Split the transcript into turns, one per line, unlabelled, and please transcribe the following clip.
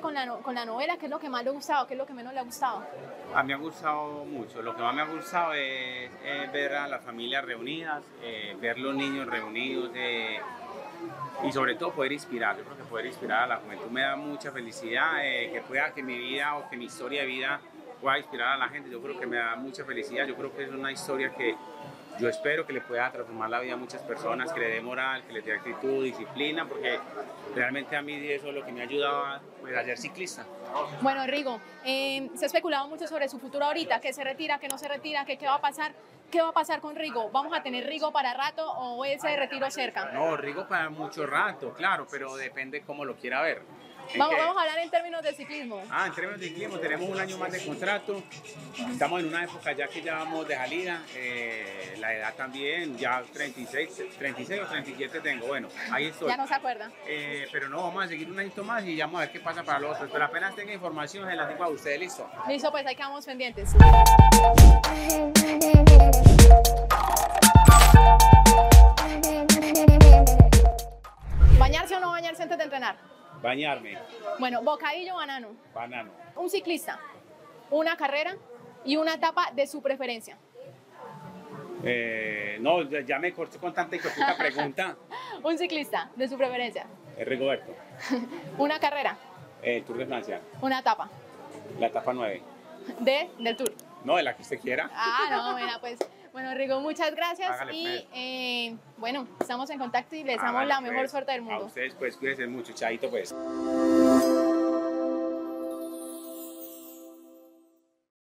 con, con la novela? ¿Qué es lo que más le ha gustado? ¿Qué es lo que menos le ha gustado?
A mí me ha gustado mucho. Lo que más me ha gustado es, eh, ver a las familias reunidas, eh, ver los niños reunidos eh, y sobre todo poder inspirar. Yo creo que poder inspirar a la juventud me da mucha felicidad, eh, que pueda que mi vida o que mi historia de vida pueda inspirar a la gente. Yo creo que me da mucha felicidad. Yo creo que es una historia que yo espero que le pueda transformar la vida a muchas personas, que le dé moral, que le dé actitud, disciplina, porque realmente a mí eso es lo que me ha ayudado a, pues, a ser ciclista.
Bueno, Rigo, eh, se ha especulado mucho sobre su futuro ahorita, que se retira, que no se retira, que qué va a pasar. ¿Qué va a pasar con Rigo? ¿Vamos a tener Rigo para rato o ese retiro cerca?
No, Rigo para mucho rato, claro, pero depende cómo lo quiera ver.
Vamos, vamos, a hablar en términos de ciclismo.
Ah, en términos de ciclismo, tenemos un año más de contrato. Estamos en una época ya que ya vamos de salida. Eh, la edad también, ya 36, 36 o 37 tengo. Bueno, ahí estoy.
Ya no se acuerda.
Eh, pero no, vamos a seguir un año más y ya vamos a ver qué pasa para los otros. Pero apenas tenga información, se la digo a ustedes, listo.
Listo, pues ahí quedamos pendientes. ¿Bañarse o no bañarse antes de entrenar?
Bañarme.
Bueno, bocadillo banano.
Banano.
Un ciclista, una carrera y una etapa de su preferencia.
Eh, no, ya, ya me corté con tanta y cortita pregunta.
un ciclista de su preferencia.
El Rigoberto.
una carrera.
El Tour de Francia.
Una etapa.
La etapa 9.
De, del Tour.
No, de la que usted quiera.
Ah, no, mira, pues. Bueno, Rigo, muchas gracias Hágale, y eh, bueno, estamos en contacto y les damos Hágale, la mejor
pues,
suerte del mundo.
A ustedes pues cuídense mucho, chaito pues.